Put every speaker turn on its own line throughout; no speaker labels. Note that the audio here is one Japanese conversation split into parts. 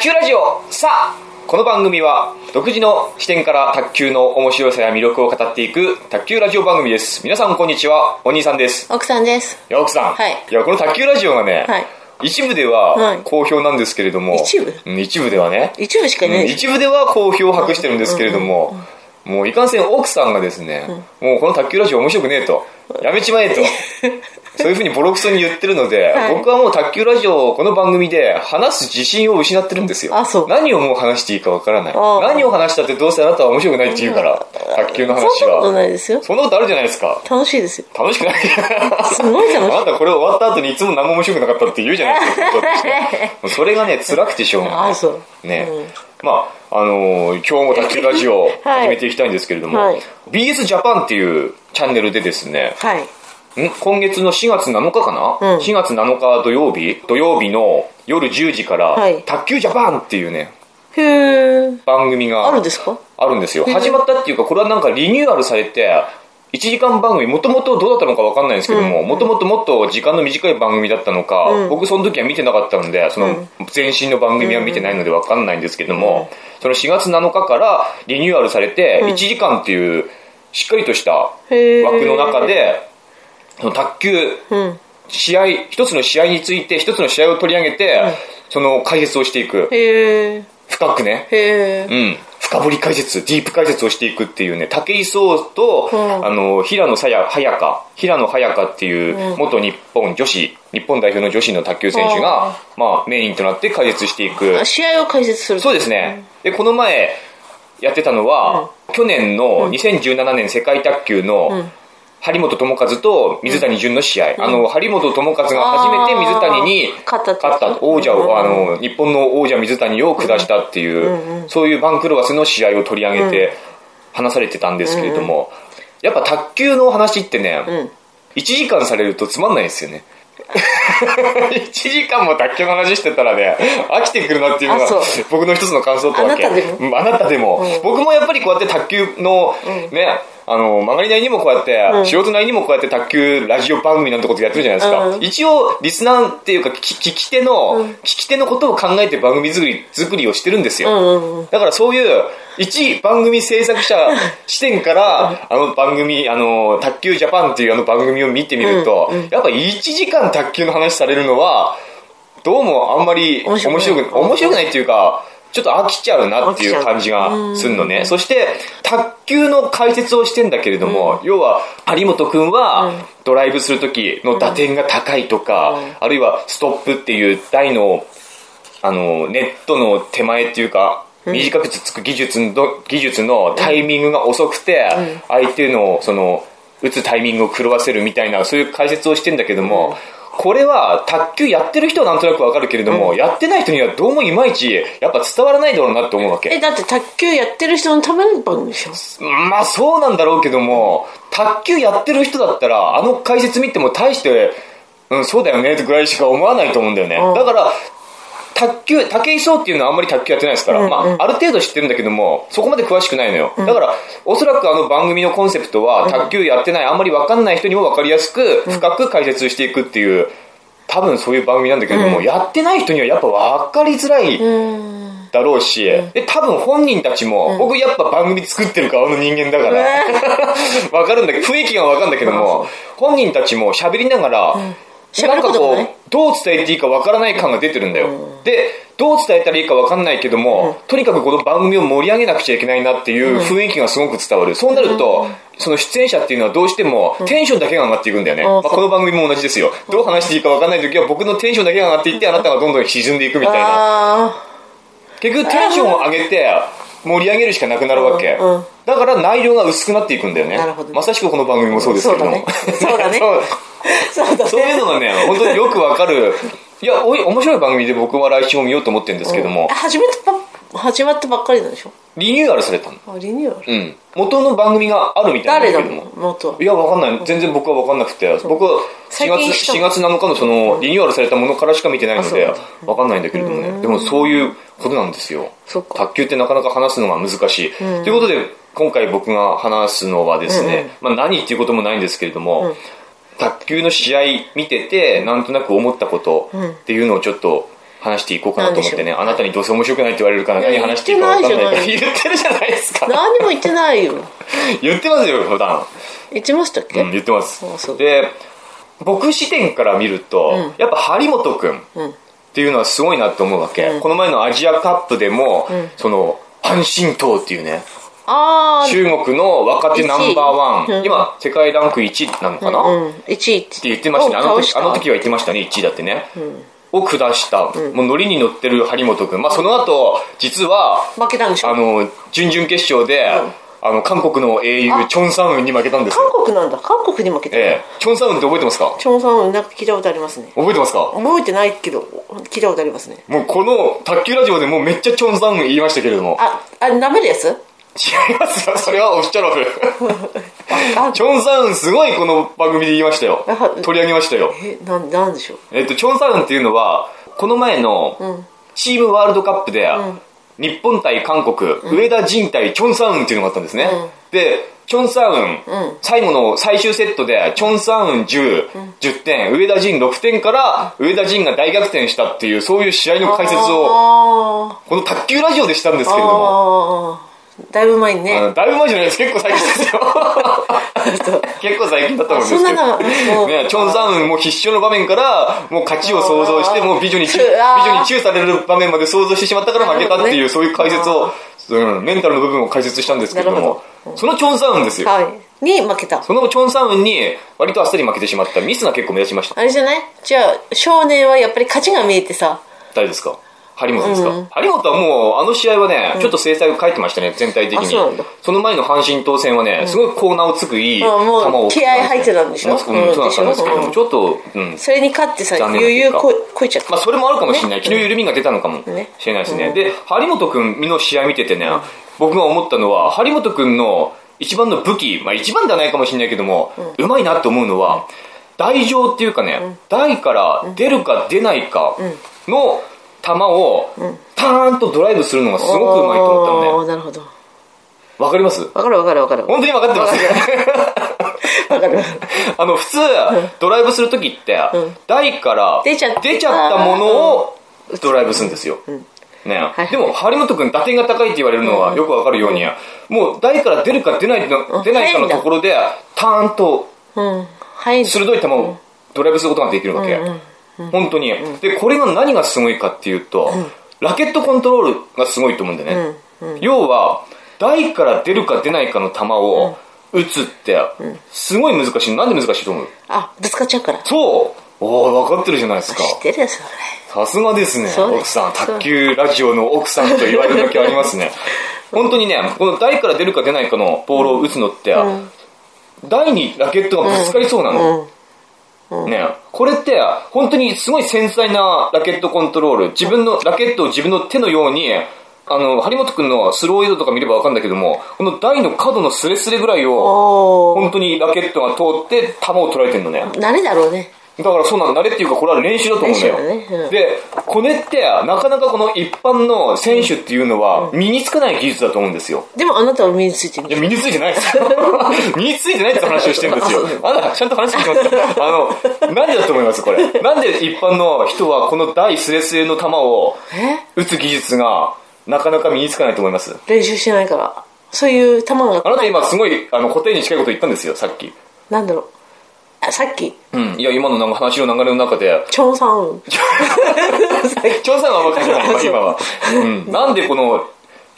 球ラジオさあこの番組は独自の視点から卓球の面白さや魅力を語っていく卓球ラジオ番組です皆さんこんにちはお兄さんです
奥さんです
いや奥さん、
はい
やこの卓球ラジオがね、
はい
一部で
は
はい好評なんですけれども、
一部
うん一部ではね、
一部しかいない
うん
です
一部では好評を博してるんですけれども、もういかんせん奥さんがですね、もうこの卓球ラジオ面白くねえと、やめちまえ と、そういうふうにボロクソに言ってるので、
はい
僕はもう卓球ラジオをこの番組で話す自信を失ってるんですよ。
あそう
何をもう話していいかわからない。
ああ
何を話したってどうせあなたは面白くないって言うから、卓球の話
そんなこと
は。
ないですよ
そんなことあるじゃないですか。
楽しいですよ
楽しくない
すごい楽しい
あなたこれ終わった後にいつも何も面白くなかったって言うじゃないですか人として もうそれがね辛くてしょうがない
あそう
ね、
うん
まああのー今日も卓球ラジ オを始めていきたいんですけれども、
はい
BS ジャパンっていうチャンネルでですね
はい
ん今月の4月7日かな、
うん
4月7日土曜日土曜日の夜10時から、
はい
卓球ジャパンっていうね
へえ
番組が
あるんですか
あるんですよ
へえ
始まったっていうかこれはなんかリニューアルされて1時間番組もともとどうだったのか分かんないんですけどももともともっと時間の短い番組だったのか、僕その時は見てなかったのでその前身の番組は見てないので分かんないんですけども、その4月7日からリニューアルされて1時間っていうしっかりとした
へえ
枠の中でその卓球
うん
試合一つの試合について一つの試合を取り上げて、その解説をしていく
へえ
深くね
へえ
うん、深掘り解説ディープ解説をしていくっていうね武井壮と、
うん
あの平野さや早香平野早香っていう元日本女子、日本代表の女子の卓球選手が、まあ、メインとなって解説していく
あ試合を解説する
そうですねでこの前やってたのは、去年の2017年世界卓球の、張本智和と水谷隼の試合、あの張本智和が初めて水谷に
あー勝ったって
勝った王者
う
を
ん
あの日本の王者水谷を下したっていう、そういう番狂わせの試合を取り上げて話されてたんですけれども、やっぱ卓球の話ってね、1時間されるとつまんないですよね 1時間も卓球の話してたらね飽きてくるなっていうのが
あそう
僕の一つの感想とわけ
あなたでも
うんあなたでも、僕もやっぱりこうやって卓球のね、あの曲がりなりにもこうやって、仕事なりにもこうやって卓球ラジオ番組なんてことやってるじゃないですか、
うん
一応リスナーっていうか聞き聞き手の、聞き手のことを考えて番組作り作りをしてるんですよ、
うんうんうん
だからそういう一番組制作者視点からあの番組あの卓球ジャパンっていうあの番組を見てみると、やっぱ1時間卓球の話されるのはどうもあんまり面
面
白
白
く
くない
面白くないっていうかちょっと飽きちゃうなっていう感じがするのねそして卓球の解説をしてんだけれども、要は有本君はドライブする時の打点が高いとか、
うん
あるいはストップっていう台のあのネットの手前っていうか短くつく技術の技術のタイミングが遅くて相手のその打つタイミングを狂わせるみたいなそういう解説をしてんだけどもこれは卓球やってる人はなんとなくわかるけれどもやってない人にはどうもいまいちやっぱ伝わらないだろうなって思うわけ
えだって卓球やってる人のための番組でしょ
まあそうなんだろうけども、卓球やってる人だったら、あの解説見ても大して、うん、そうだよねぐらいしか思わないと思うんだよね。
うん
だから、卓球、武井壮っていうのはあんまり卓球やってないですから、
うんうん
まあ、ある程度知ってるんだけども、そこまで詳しくないのよ。だから、おそらくあの番組のコンセプトは、卓球やってない、あんまりわかんない人にもわかりやすく、深く解説していくっていう、多分そういう番組なんだけれども、やってない人にはやっぱわかりづらい。
うん
だろうし、で多分本人たちも、僕やっぱ番組作ってる側の人間だから わかるんだけど雰囲気がわかるんだけども本人たちも喋りながら、
喋ることもね
どう伝えていいかわからない感が出てるんだよ、でどう伝えたらいいかわかんないけども、とにかくこの番組を盛り上げなくちゃいけないなっていう雰囲気がすごく伝わる、そうなると、その出演者っていうのはどうしてもテンションだけが上がっていくんだよね、
あ
まあ、
そう
この番組も同じですよどう話していいかわかんない時は僕のテンションだけが上がっていってあなたがどんどん沈んでいくみたいな
あ
結局テンションを上げて盛り上げるしかなくなるわけ、
うんうん
だから内容が薄くなっていくんだよね
なるほどね
まさしくこの番組もそうですけども
そうだね
そう
あそうだ
そういうのがね本当によくわかるいやおい面白い番組で僕は来週も見ようと思ってるんですけども、
あ始めたば始まったばっかりなんでしょ
リニューアルされたの
あリニューアル
うん元の番組があるみたいなん
誰
だ
だ
けど
も
も
ん元はい
やわかんない全然僕はわかんなくて僕は4
最近
月
知った
4月7日のそのリニューアルされたものからしか見てないので
あ
わかんないんだけれどもねでもそういうことなんですよ
そっか
卓球ってなかなか話すのが難しいということで今回僕が話すのはですねまあ何っていうこともないんですけれども卓球の試合見ててなんとなく思ったことっていうのをちょっと話していこうかなと思って
なんで
ね
しょう
あなたにどうせ面白くないって言われるから
いや
何話していいか分かんないから
言
言ってるじゃないですか
何も言ってないよ
言ってますよ普段
言ってましたっけ、
うん言ってます
あそう
で僕視点から見ると、やっぱ張本君
うん
っていうのはすごいなと思うわけ、
うん
この前のアジアカップでも、
ん
その阪神党っていうね
あー
中国の若手ナンバーワン、
うん
今世界ランク1なのかな、
う
っ
ん、1位って
て言ってましたねあの時あの時は
は
言ってましたね1位だってね、を下した、もうノリに乗ってる張本君、まあ、その後実は
負けたんでしょ
あの準々決勝で、あの韓国の英雄
あ
チョン・サンウンに負けたんですよ、
韓国なんだ韓国に負けた、
ええ、チョン・サンウンって覚えてますか
チョンさんなんか聞いたことありますね
覚えてますか
覚えてないけど聞いたことありますね
もうこの卓球ラジオでもうめっちゃチョン・サンウン言いましたけれども
ああ舐めるやつ
違いますよそれはオフィシャロフ
あ
チョン・サンウンすごいこの番組で言いましたよ
あ
取り上げましたよ
えなんなんでしょう
えっと、チョン・サウンっていうのは、この前のチームワールドカップで、日本対韓国、上田仁対チョン・サウンっていうのがあったんですね。で、チョン・サウン、
ん
最後の最終セットで、チョン・サウン10、10点、上田仁6点から、上田仁が大逆転したっていう、そういう試合の解説を、
あ
この卓球ラジオでしたんです
ー
けれども、
あーだいぶ前に
あ
ね
のだいぶ前じゃないです。結構最近ですよ。 結構最近だったもんですけど。
あそんなのそ う
ね、チョン・サウンも必勝の場面から、もう勝ちを想像して、
あー
もう美女にチュ、
うわー
美女にチューされる場面まで想像してしまったから負けたってい
なるほど
う、
ね
そういう解説を、うん、メンタルの部分を解説したんですけれど
なる
も
ほ、
そのチョン・サウンですよ。
はいに負けた
そのチョン・サウンに、割とあっさり負けてしまったミスが結構目立ちました。
あれじゃないじゃあ少年はやっぱり勝ちが見えてさ
誰ですか張本ですか、
うん
張本はもう、あの試合はね、ちょっと制裁を書いてましたね、全体的に。
あそうなんだ
の前の阪神党戦はね、すごいコーナーをつくいい球
あもう
を打ったんですよ。
気合入ってたんでしょ
うん、そうだったんですけれど
う
も、
ん
ちょっと、うん、
それに勝ってさ
残念
余
な結
裕
果
こいこいちゃった、
まあ、それもあるかもしれない、
ね
気の緩みが出たのかもしれない
ね
ですね、で張本君の試合見ててね、僕が思ったのは張本君の一番の武器、まあ、一番ではないかもしれないけども、うまいなと思うのは台上っていうかね、台から出るか出ないかの球をターンとドライブするのがすごくうまいと思ったの
お
ね
ーなるほど
わかります
わかるわかるわかる
本当に分かってます
わかる
あの普通、ドライブする時って、
うん
台から
出ちゃった
ったものをドライブするんですよ、ね
はい
でも張本君打点が高いって言われるのはよくわかるように、もう台から出るか出ないの、
ん
出ないかのところでターンと
うんはい
鋭い球をドライブすることができるわけ、
うん
本当に、でこれが何がすごいかっていうと、ラケットコントロールがすごいと思うんだよね、要は台から出るか出ないかの球を打つってすごい難しいなんで難しいと思う
あぶつかっちゃうから知
そうおお分かってるじゃないですか
ってるよそれ
さすがですね
そう
奥
です
さん卓球ラジオの奥さんと言われるだけあります ね本当にねこの台から出るか出ないかのボールを打つのって、台にラケットがぶつかりそうなの、ね、これって本当にすごい繊細なラケットコントロール自分のラケットを自分の手のようにあの張本君のスローイドとか見れば分かるんだけどもこの台の角のスレスレぐらいを
おお
本当にラケットが通って球を捉えてるのね
慣れだろうね
だからそうなんだ慣れっていうかこれは練習だと思うんだよ
練習だねうん
でこれってなかなかこの一般の選手っていうのは身につかない技術だと思うんですよ
でもあなたは身についてる
いや身についてない ですよ身についてないって話をしてるんですよあなたちゃんと話聞いてますかあのなんでだと思いますこれなんで一般の人はこの第スレスレの球を
え
打つ技術がなかなか身につかないと思います
練習してないからそういう球が
あなた今すごいあの答えに近いこと言ったんですよさっき
なんだろうあさっき
うんいや今のなんか話の流れの中で
チョンさんさっき
調査は分からない、まあ
そう
今は。うん、なんでこの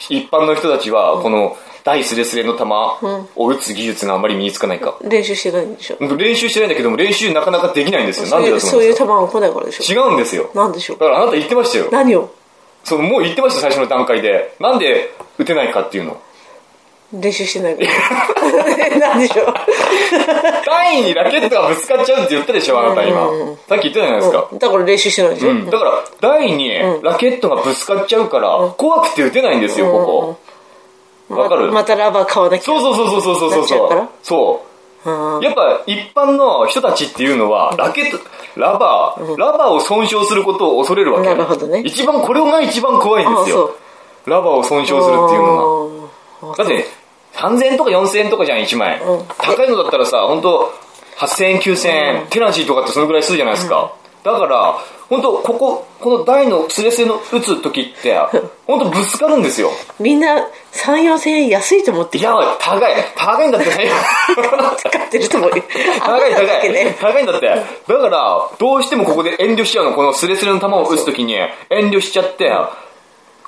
一般の人たちは、この大スレスレの球を打つ技術があまり身につかないか。
練習してないんでしょ
練習してないんだけども、練習なかなかできないんですよ。なんでだと
そう
思い
いう
ます
球が来ないからでしょ
違うんですよ。
なんでしょう
だからあなた言ってましたよ。
何を
そう、もう言ってました、最初の段階で。なんで打てないかっていうの。
練習してないから。 なんでしょ
台にラケットがぶつかっちゃうって言ったでしょ、あなた今
うんう。
さっき言ったじゃないですか。
う。だから練習してないでしょ。
うんだから台にラケットがぶつかっちゃうから、怖くて打てないんですよ、ここ。わかる
ままたラバー買わなきゃ。
そうそうそうそうそうそう
なっちゃうか
そう
ら
そう
うん
やっぱ一般の人たちっていうのはラケットラバー、ラバーを損傷することを恐れるわけ
なるほどね
一番これが一番怖いんです
あ
よラバーを損傷するっていうの
あー
がだって3000円とか4000円とかじゃん1枚、
うん
高いのだったらさ本当8000円9000円、テラジーとかってそのぐらいするじゃないですか、だから本当こここの台のすれすれの打つ時って 本当ぶつかるんですよ
みんな34000円安いと思って
いや高い高いんだってね
使ってると思うよ
高い
あんただ
高
け
い
ね
高いんだってだからどうしてもここで遠慮しちゃうのこのスレスレの球を打つ時に遠慮しちゃって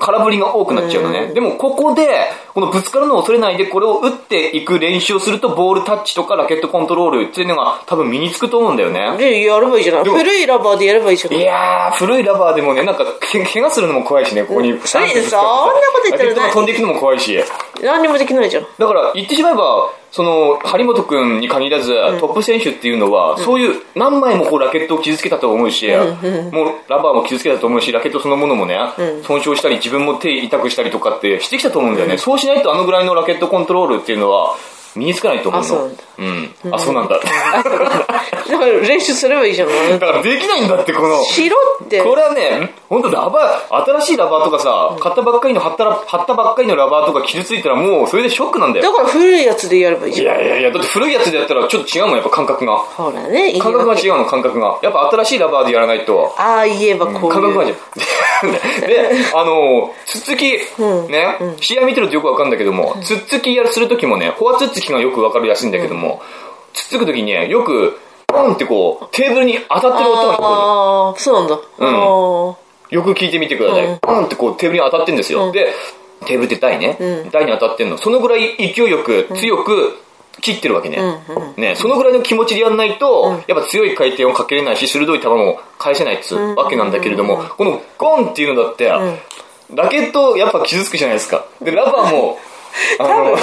空振りが多くなっちゃうのねでもここでこのぶつかるのを恐れないでこれを打っていく練習をするとボールタッチとかラケットコントロールっていうのが多分身につくと思うんだよね
でやればいいじゃない
も
古いラバーでやればいいじゃない
いやー古いラバーでもねなんかけ怪我するのも怖いしねここに
それ
ダンってぶつかってさ
そんなこと言ったら
ラケットが飛んでいくのも怖いし
何にもできないじゃん
だから言ってしまえばその張本君に限らず、トップ選手っていうのは、そういう何枚もこうラケットを傷つけたと思うし、もうラバーも傷つけたと思うしラケットそのものもね、損傷したり自分も手痛くしたりとかってしてきたと思うんだよね、そうしないとあのぐらいのラケットコントロールっていうのは身につかないと思うの
あそうなんだ
うん、あそうなんだだ
だから練習すればいいじゃん
からできないんだってこの
しろって
これはね、本当ラバー、新しいラバーとかさ、買ったばっかりの、貼ったら、貼ったばっかりのラバーとか傷ついたらもう、それでショックなんだよ。
だから古いやつでやればいい
い
じゃん
やいやいや、だって古いやつでやったらちょっと違うもん、やっぱ感覚が。
ほらねいい
感覚が
わけ
違うの、感覚が。やっぱ新しいラバーでやらないと。
ああ言えばこう
感
い
覚が
う
違う。 で、あの、つっつき、ね、試合見てるとよくわかるんだけども、つっつきやるするときもね、フォアつっつきがよくわかるらしいんだけども、つっつくときにね、よく、ポンってこう、テーブルに当たってる音が聞こえる。
ああそうなんだあ
よく聞いてみてください。ポンってこうテーブルに当たってんですよ。で、テーブルって台ね、台に当たってんの。そのぐらい勢いよく、強く切ってるわけね。ね、そのぐらいの気持ちでやんないと、やっぱ強い回転をかけれないし、鋭い球も返せないっつうわけなんだけれども、このゴンっていうのだって、ラケットやっぱ傷つくじゃないですか。で、ラバーも、あの、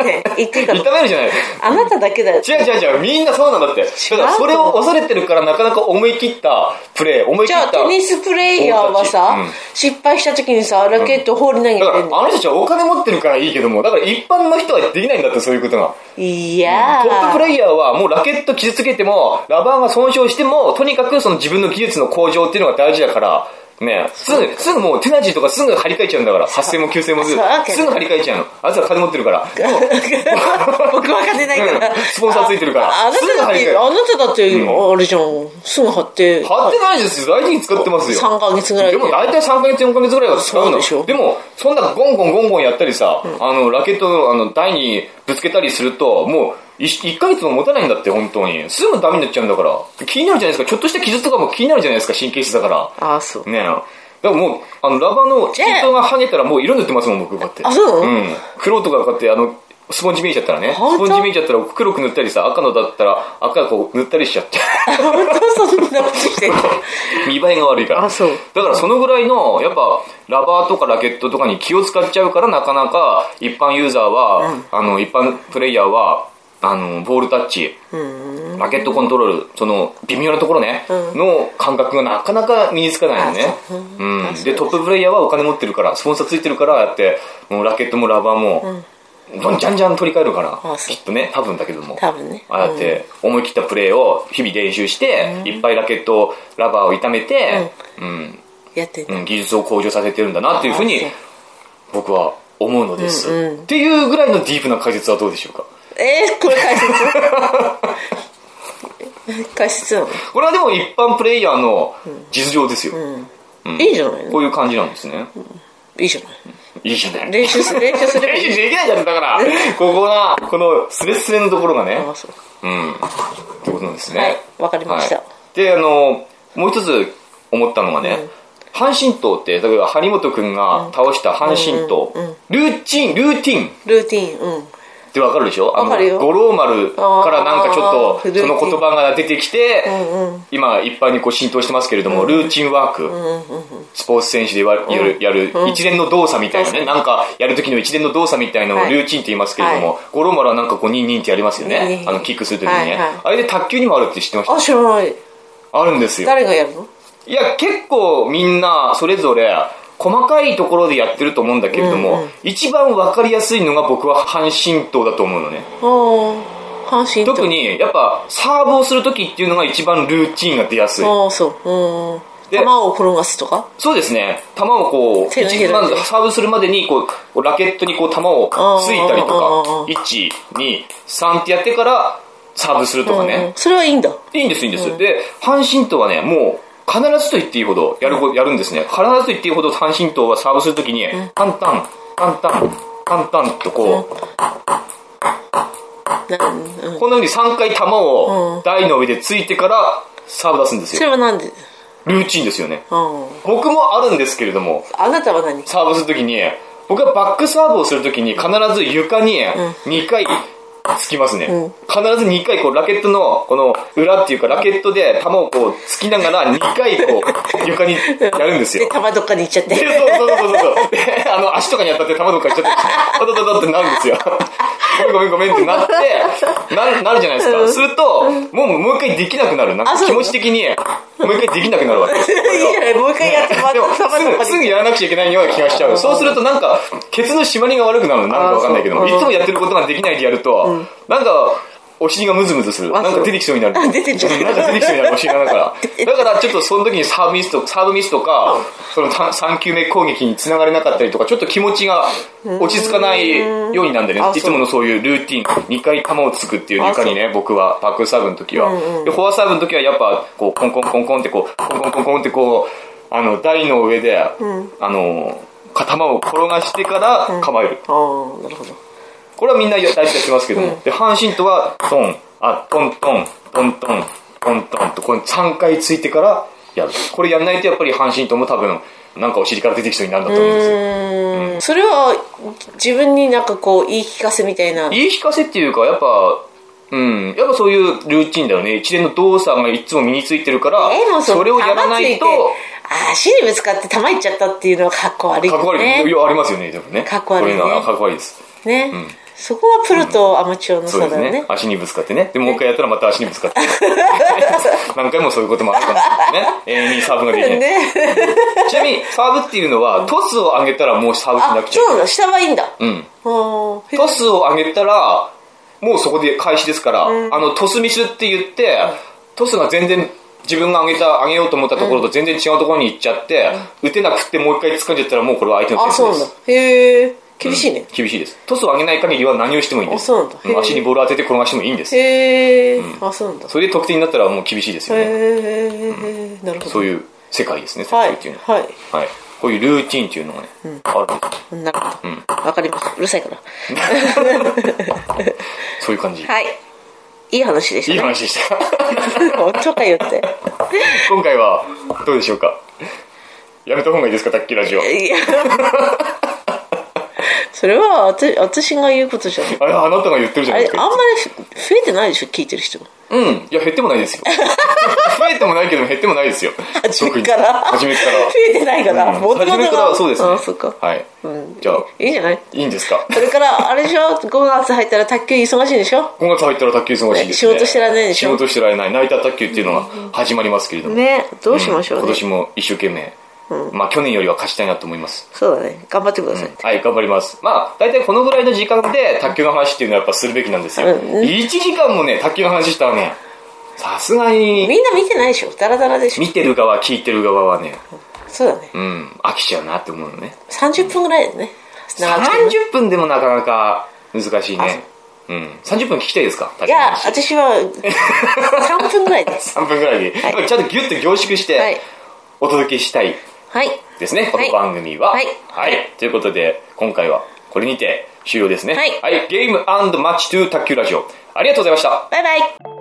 あね言ってるから
痛めるじゃない。
あなただけだよ
違う違う違う、みんなそうなんだって。だからそれを恐れてるからなかなか思い切ったプレー、思い
じ
切っ
ゃあ
た。
テニスプレイヤーはさ、
うん
失敗した時にさラケット放り投げてん
だから、あ
の、
の人たちはお金持ってるからいいけども、だから一般の人はできないんだって、そういうことが。
いや
トッププ
ー、
レイヤーはもうラケット傷つけても、ラバーが損傷しても、とにかくその自分の技術の向上っていうのが大事だから、ね、すぐ、すぐもう手なじとかすぐ張り替えちゃうんだから、8000も9000もすぐ
そうわけね
すぐ張り替えちゃうの。あいつは金持ってるから。
僕は金ないから、
うんスポンサーついてるから
ああなただっ
す
て
ぐ
あなただって、あれじゃんすぐ貼って
貼ってないですよ。大事に使ってますよ。
3ヶ月ぐらい
で
で
も大体3ヶ月4ヶ月ぐらいは使う
そう
の
でしょ
でもそんなゴンゴンゴンゴンやったりさ、あのラケットのあの台にぶつけたりするともう 1, ヶ月も持たないんだって本当にすぐダメになっちゃうんだから気になるじゃないですかちょっとした傷とかも気になるじゃないですか神経質だから
ああそう
ねえだからもうあのラバーの
じゃあ
先頭が跳ねたらもう色塗ってますもん僕こうやって
あそう
うん黒とかこうやってあのスポンジ見えちゃったらねス
本当
ポンジ見えちゃったら黒く塗ったりさ赤のだったら赤こう塗ったりしちゃって
本当そんなことしてんの
見栄えが悪いから
あそう
だからそのぐらいのやっぱラバーとかラケットとかに気を使っちゃうからなかなか一般ユーザーは、あの一般プレイヤーはあのボールタッチラケットコントロールその微妙なところね、の感覚がなかなか身につかないのねうん、でトッププレイヤーはお金持ってるからスポンサーついてるからやってもうラケットもラバーも、どんじゃんじゃん取り替えるから
あそう
きっとね多分だけども
多分ね
ああやって思い切ったプレーを日々練習して、いっぱいラケットラバーを痛めて、うん
やってん
う
の
ん技術を向上させてるんだなっていうふうに
あそう
僕は思うのです、
うん
っていうぐらいのディープな解説はどうでしょうか
えー、これ解説 解説なの、
これはでも一般プレイヤーの実情ですよ、
いいじゃない
こ
の
ういう感じなんですね
いいじゃない
いいじゃない
練習す練習すれば
練
いい
習できないじゃんだから ここがこのスレスレのところがね
ああそう
うんってことなんですね
はいわかりました、
はいであのもう一つ思ったのがね、半神刀って例えば張本君が倒した半神刀、ルーチンルーティンっ
ルーティンうん
てわかるでしょあ
わかる
の
よ
五郎丸からなんかちょっ
あー
と
ルーティ
そ
ン
の言葉が出てきて、今一般にこう浸透してますけれども、ルーチンワーク、スポーツ選手でわやる,、やる一連の動作みたいなね、なんかやる時の一連の動作みたいなのを
はい
ルーチンって言いますけれども、五郎丸はなんかこうニンニンってやりますよ
ニン
ね
ニン
あのキックする時にね、
はいはい
あれで卓球にもあるって知ってました
あ知らない
あるんですよ
誰がやるの
いや結構みんなそれぞれ細かいところでやってると思うんだけれども、一番わかりやすいのが僕は半身刀だと思うのね
ああ阪神と
特にやっぱサーブをする時っていうのが一番ルーチンが出やすい
ああそううん
で
球を転がすとか
そうですね球をこう
手のひらで
まずサーブするまでにこうこうラケットにこう球をついたりと
あーあーあ
か123ってやってからサーブするとかね、
うんうんそれはいいんだ。
いいんです、いいんです。で、阪神党はね、もう、必ずと言っていいほどやるこ、やるんですね。必ずと言っていいほど阪神党はサーブするときに、タンタン、タンタン、タンタンとこう、
なうん、
こんな風に3回球
う
を
ん
台の上でついてからサーブ出すんです
そ
よ。
れはなんで、うん、
ルーチンですよね。
あ
僕もあるんですけれども、
なたは何
サーブするときに、僕はバックサーブをするときに必ず床に2回つきますね。
うん
必ず2回こうラケットのこの裏っていうかラケットで球をこうつきながら2回こう床にやるんです
で、
よ。
玉どっかに行っちゃっ
で
て。
そうそうそうそうそう。で、あの、足とかに当たって球とかいっちゃって、おとととってなるんですよ。 ごめんごめんごめんってなって、ななるじゃないですか。すると、もう、もう一回できなくなる。なんか
あそう
気持ち的に、もう一回できなくなるわけ。
いいじゃない、もう一回やって、また
でも
玉どっか
すぐす
に。
ぐやらなくちゃいけないような気がしちゃう。そうするとなんか、ケツの締まりが悪くなるの。なんかわかんないけども、
あ
い
そう
つもやってることができないでやると、なんか、お尻がムズムズする。な
あ
ん
そう
か出てきそうになる。
あ出てんじゃん
なんか出てきそうになる、お尻がだから。だからちょっとその時にサーブミスと、サーブミスとか、その3球目攻撃につながれなかったりとか、ちょっと気持ちが落ち着かないようになるんでね
あ。そう
いつものそういうルーティン、2回球をつくっていう
あ
床にね、僕はバックサーブの時は。で、フォアサーブの時はやっぱ、こう、コンコンコンコンってこう、コンコンコンコンってこう、あの、台の上で、あの、頭を転がしてから構える。
ああ、なるほど。
これはみんな大事にしますけども、で半身とはトンあトントントントントントンとこれ3回ついてからやるこれやらないとやっぱり半身とも多分なんかお尻から出てきそうになるんだと思うんですよ
うん、それは自分になんかこう言い聞かせみたいな。
言い聞かせっていうかやっぱうん、やっぱそういうルーチンだよね一連の動作がいつも身についてるから、
えもう
それをやらないと
球つてあ足にぶつかって球いっちゃったっていうのはかっこ悪い
かっこ
よ
悪い、
ね
いやありますよねでもね
かっこ悪いね
これがかっこ悪いです
ね、そこはプロとアマチュアの
そ
差
う
だ
で
よ
すね
ね
足にぶつかってねでもう一回やったらまた足にぶつ かって何回もそういうこともあるかもしれないね永遠にサーブができない、
ね
ちなみにサーブっていうのはトスを上げたらもうサーブしな
あ
くちゃ
そうなんだ下はいいんだ
うん
あー
トスを上げたらもうそこで開始ですから、あのトスミスって言ってトスが全然自分が上げた上げようと思ったところと全然違うところに行っちゃって、打てなくってもう一回掴んじゃったらもうこれは相手の
あ
セ
そう
ン
なん
スで
だ
す
へえ厳しいね、
厳しいですトスを上げない限りは何をしてもいいんです
あそうなんだへー
うん足にボール当てて転がしてもいいんです
へえ、あそうなんだ
それで得点になったらもう厳しいですよ
へ
ね、
えなるほど
そういう世界ですね世
はい
界っていうのは、
は
はいこういうルーティンっていうのがね、あるんです
いなるほどわ、かりますうるさいから
そういう感じ、
はいいい話でし
いい
たね
話でした
本当かよって
今回はどうでしょうかやめた方がいいですか卓球ラジオ
いや それはあて私が言うことじゃない
あれあなたが言ってるじゃ
あ
ない
れ
で
あ
す
んま
か
りふ増えてないでしょ聞いてる人
うんいや減ってもないですよ 増えてもないけど減ってもないですよ
初めから
特に初めか、
増えてないから ら
うん
もともと
初めからはそうですね
あそっか
はい、じゃあ
いいんじゃない
いいんですか
それからあれでしょ5月入ったら卓球忙しいでしょ
今月入ったら卓球忙しいです、ね、
仕事してられないでしょ
仕事してられないナイター卓球っていうのが始まりますけれども、
ねどうしましょう
今
ね
年も一生懸命、まあ去年よりは勝ちたいなと思います
そうだね頑張ってください
はい頑張りますまあ大体このぐらいの時間で卓球の話っていうのはやっぱするべきなんですよ、
うん
1時間もね卓球の話したらねさすがに
みんな見てないでしょダラダラでしょ
見てる側聞いてる側はね
そうだね
うん飽きちゃうなって思うのね
30分ぐらいだね長くても
30分でもなかなか難しいねうん30分聞きたいですか卓
い
球の
や
話
私は3分ぐらいです
3分ぐらいで、
はい
ちゃんとギュッと凝縮し
は
て
い
お届けしたい
はい
ですね、
はい
この番組は。
はい
はいということで、今回はこれにて終了ですね。
はい
ゲームマッチトゥ卓球ラジオ、ありがとうございました。
バイバイ